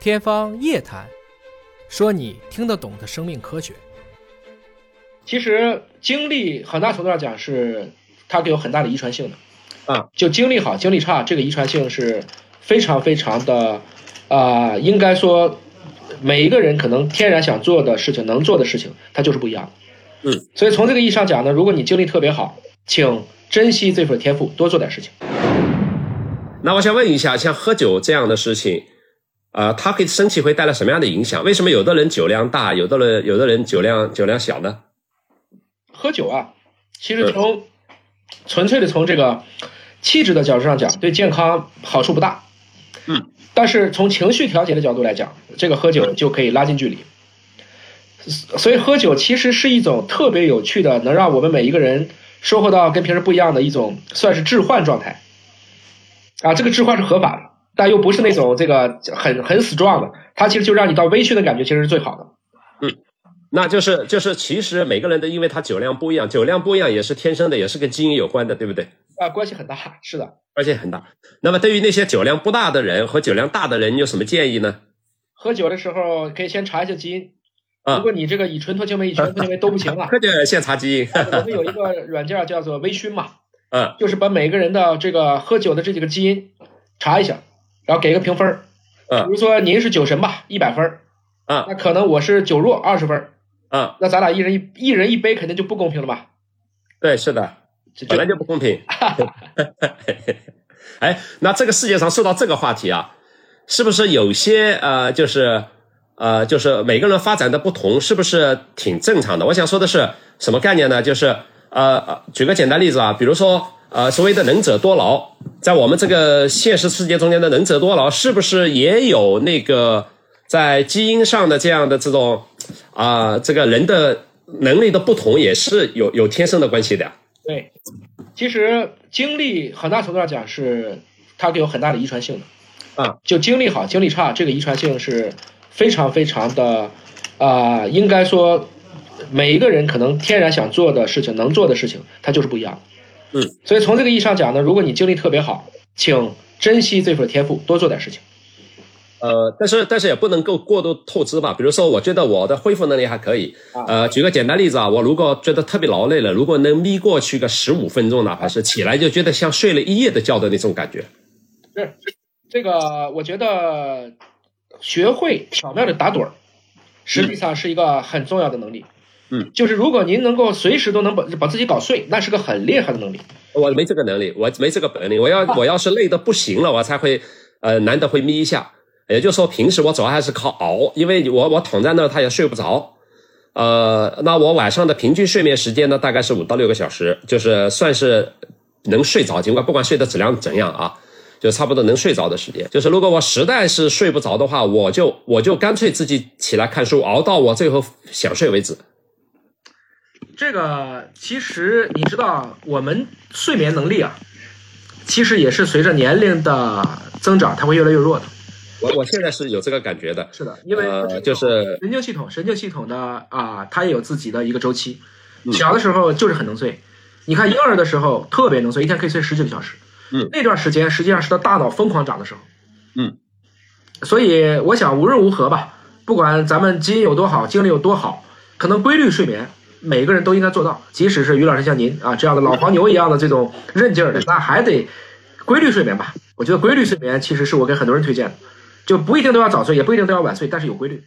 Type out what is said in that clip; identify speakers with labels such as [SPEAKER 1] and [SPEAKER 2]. [SPEAKER 1] 天方夜谭，说你听得懂的生命科学。
[SPEAKER 2] 其实精力很大程度上讲是它具有很大的遗传性的，
[SPEAKER 3] 嗯，
[SPEAKER 2] 就精力好，精力差，这个遗传性是非常非常的，啊、应该说每一个人可能天然想做的事情，能做的事情，它就是不一样。
[SPEAKER 3] 嗯，
[SPEAKER 2] 所以从这个意义上讲呢，如果你精力特别好，请珍惜这份天赋，多做点事情。
[SPEAKER 3] 那我想问一下，像喝酒这样的事情，啊、它给身体会带来什么样的影响？为什么有的人酒量大，有的人有的人酒量酒量小呢？
[SPEAKER 2] 喝酒啊，其实从纯粹的从这个气质的角度上讲，对健康好处不大。
[SPEAKER 3] 嗯，
[SPEAKER 2] 但是从情绪调节的角度来讲，这个喝酒就可以拉近距离。所所以喝酒其实是一种特别有趣的，能让我们每一个人收获到跟平时不一样的一种算是置换状态。啊，这个置换是合法的，但又不是那种这个很很 strong 的，它其实就让你到微醺的感觉，其实是最好的。
[SPEAKER 3] 那就是就是，其实每个人都因为他酒量不一样，酒量不一样也是天生的，也是跟基因有关的，对不对？
[SPEAKER 2] 啊，关系很大，是的。
[SPEAKER 3] 而且很大。那么对于那些酒量不大的人和酒量大的人，你有什么建议呢？
[SPEAKER 2] 喝酒的时候可以先查一下基因，
[SPEAKER 3] 啊
[SPEAKER 2] 如果你这个乙醇脱氢酶、乙醛脱氢酶都不行 了，
[SPEAKER 3] 喝酒现查基因，
[SPEAKER 2] 我们有一个软件叫做微醺嘛，
[SPEAKER 3] 嗯，
[SPEAKER 2] 就是把每个人的这个喝酒的这几个基因查一下，然后给一个评分儿。
[SPEAKER 3] 嗯
[SPEAKER 2] 比如说您是酒神吧，一百分儿，
[SPEAKER 3] 嗯
[SPEAKER 2] 那可能我是酒弱，二十分儿，
[SPEAKER 3] 嗯，
[SPEAKER 2] 那咱俩一人一一人一杯，肯定就不公平了吧？
[SPEAKER 3] 对，是的，
[SPEAKER 2] 这
[SPEAKER 3] 本来
[SPEAKER 2] 这
[SPEAKER 3] 就不公平。哎，那这个世界上说到这个话题啊，是不是有些呃，就是呃，就是每个人发展的不同，是不是挺正常的？我想说的是什么概念呢？就是呃，呃举个简单例子啊，比如说呃，所谓的能者多劳，在我们这个现实世界中间的能者多劳，是不是也有那个在基因上的这样的这种啊、这个人的能力的不同，也是有有天生的关系的呀？
[SPEAKER 2] 对，其实精力很大程度上讲是它具有很大的遗传性的。
[SPEAKER 3] 嗯，
[SPEAKER 2] 就精力好，精力差，这个遗传性是非常非常的，啊、应该说每一个人可能天然想做的事情，能做的事情，它就是不一样。
[SPEAKER 3] 嗯，
[SPEAKER 2] 所以从这个意义上讲呢，如果你精力特别好，请珍惜这份天赋，多做点事情。
[SPEAKER 3] 呃，但是但是也不能够过度透支吧。比如说，我觉得我的恢复能力还可以。呃，举个简单例子啊，我如果觉得特别劳累了，如果能眯过去个十五分钟，哪怕是起来就觉得像睡了一夜的觉的那种感觉。
[SPEAKER 2] 是这个，我觉得学会巧妙的打盹儿，实际上是一个很重要的能力。
[SPEAKER 3] 嗯，
[SPEAKER 2] 就是如果您能够随时都能把把自己搞睡，那是个很厉害的能力。
[SPEAKER 3] 我没这个能力，我没这个本领。我要我要是累的不行了，我才会呃难得会眯一下。也就是说，平时我主要还是靠熬，因为我我躺在那儿，他也睡不着。呃，那我晚上的平均睡眠时间呢，大概是五到六个小时，就是算是能睡着，尽管不管睡的质量怎样啊，就差不多能睡着的时间。就是如果我实在是睡不着的话，我就我就干脆自己起来看书，熬到我最后想睡为止。
[SPEAKER 2] 这个其实你知道，我们睡眠能力啊，其实也是随着年龄的增长，它会越来越弱的。
[SPEAKER 3] 我我现在是有这个感觉的，
[SPEAKER 2] 是的，因为
[SPEAKER 3] 呃就是
[SPEAKER 2] 神经系统，神经系统的啊、它也有自己的一个周期。小的时候就是很能睡，你看婴儿的时候特别能睡，一天可以睡十几个小时。
[SPEAKER 3] 嗯，
[SPEAKER 2] 那段时间实际上是他大脑疯狂长的时候。
[SPEAKER 3] 嗯，
[SPEAKER 2] 所以我想无论如何吧，不管咱们基因有多好，精力有多好，可能规律睡眠每个人都应该做到。即使是于老师像您啊这样的老黄牛一样的这种韧劲儿的，那还得规律睡眠吧。我觉得规律睡眠其实是我给很多人推荐的，就不一定都要早睡，也不一定都要晚睡，但是有规律。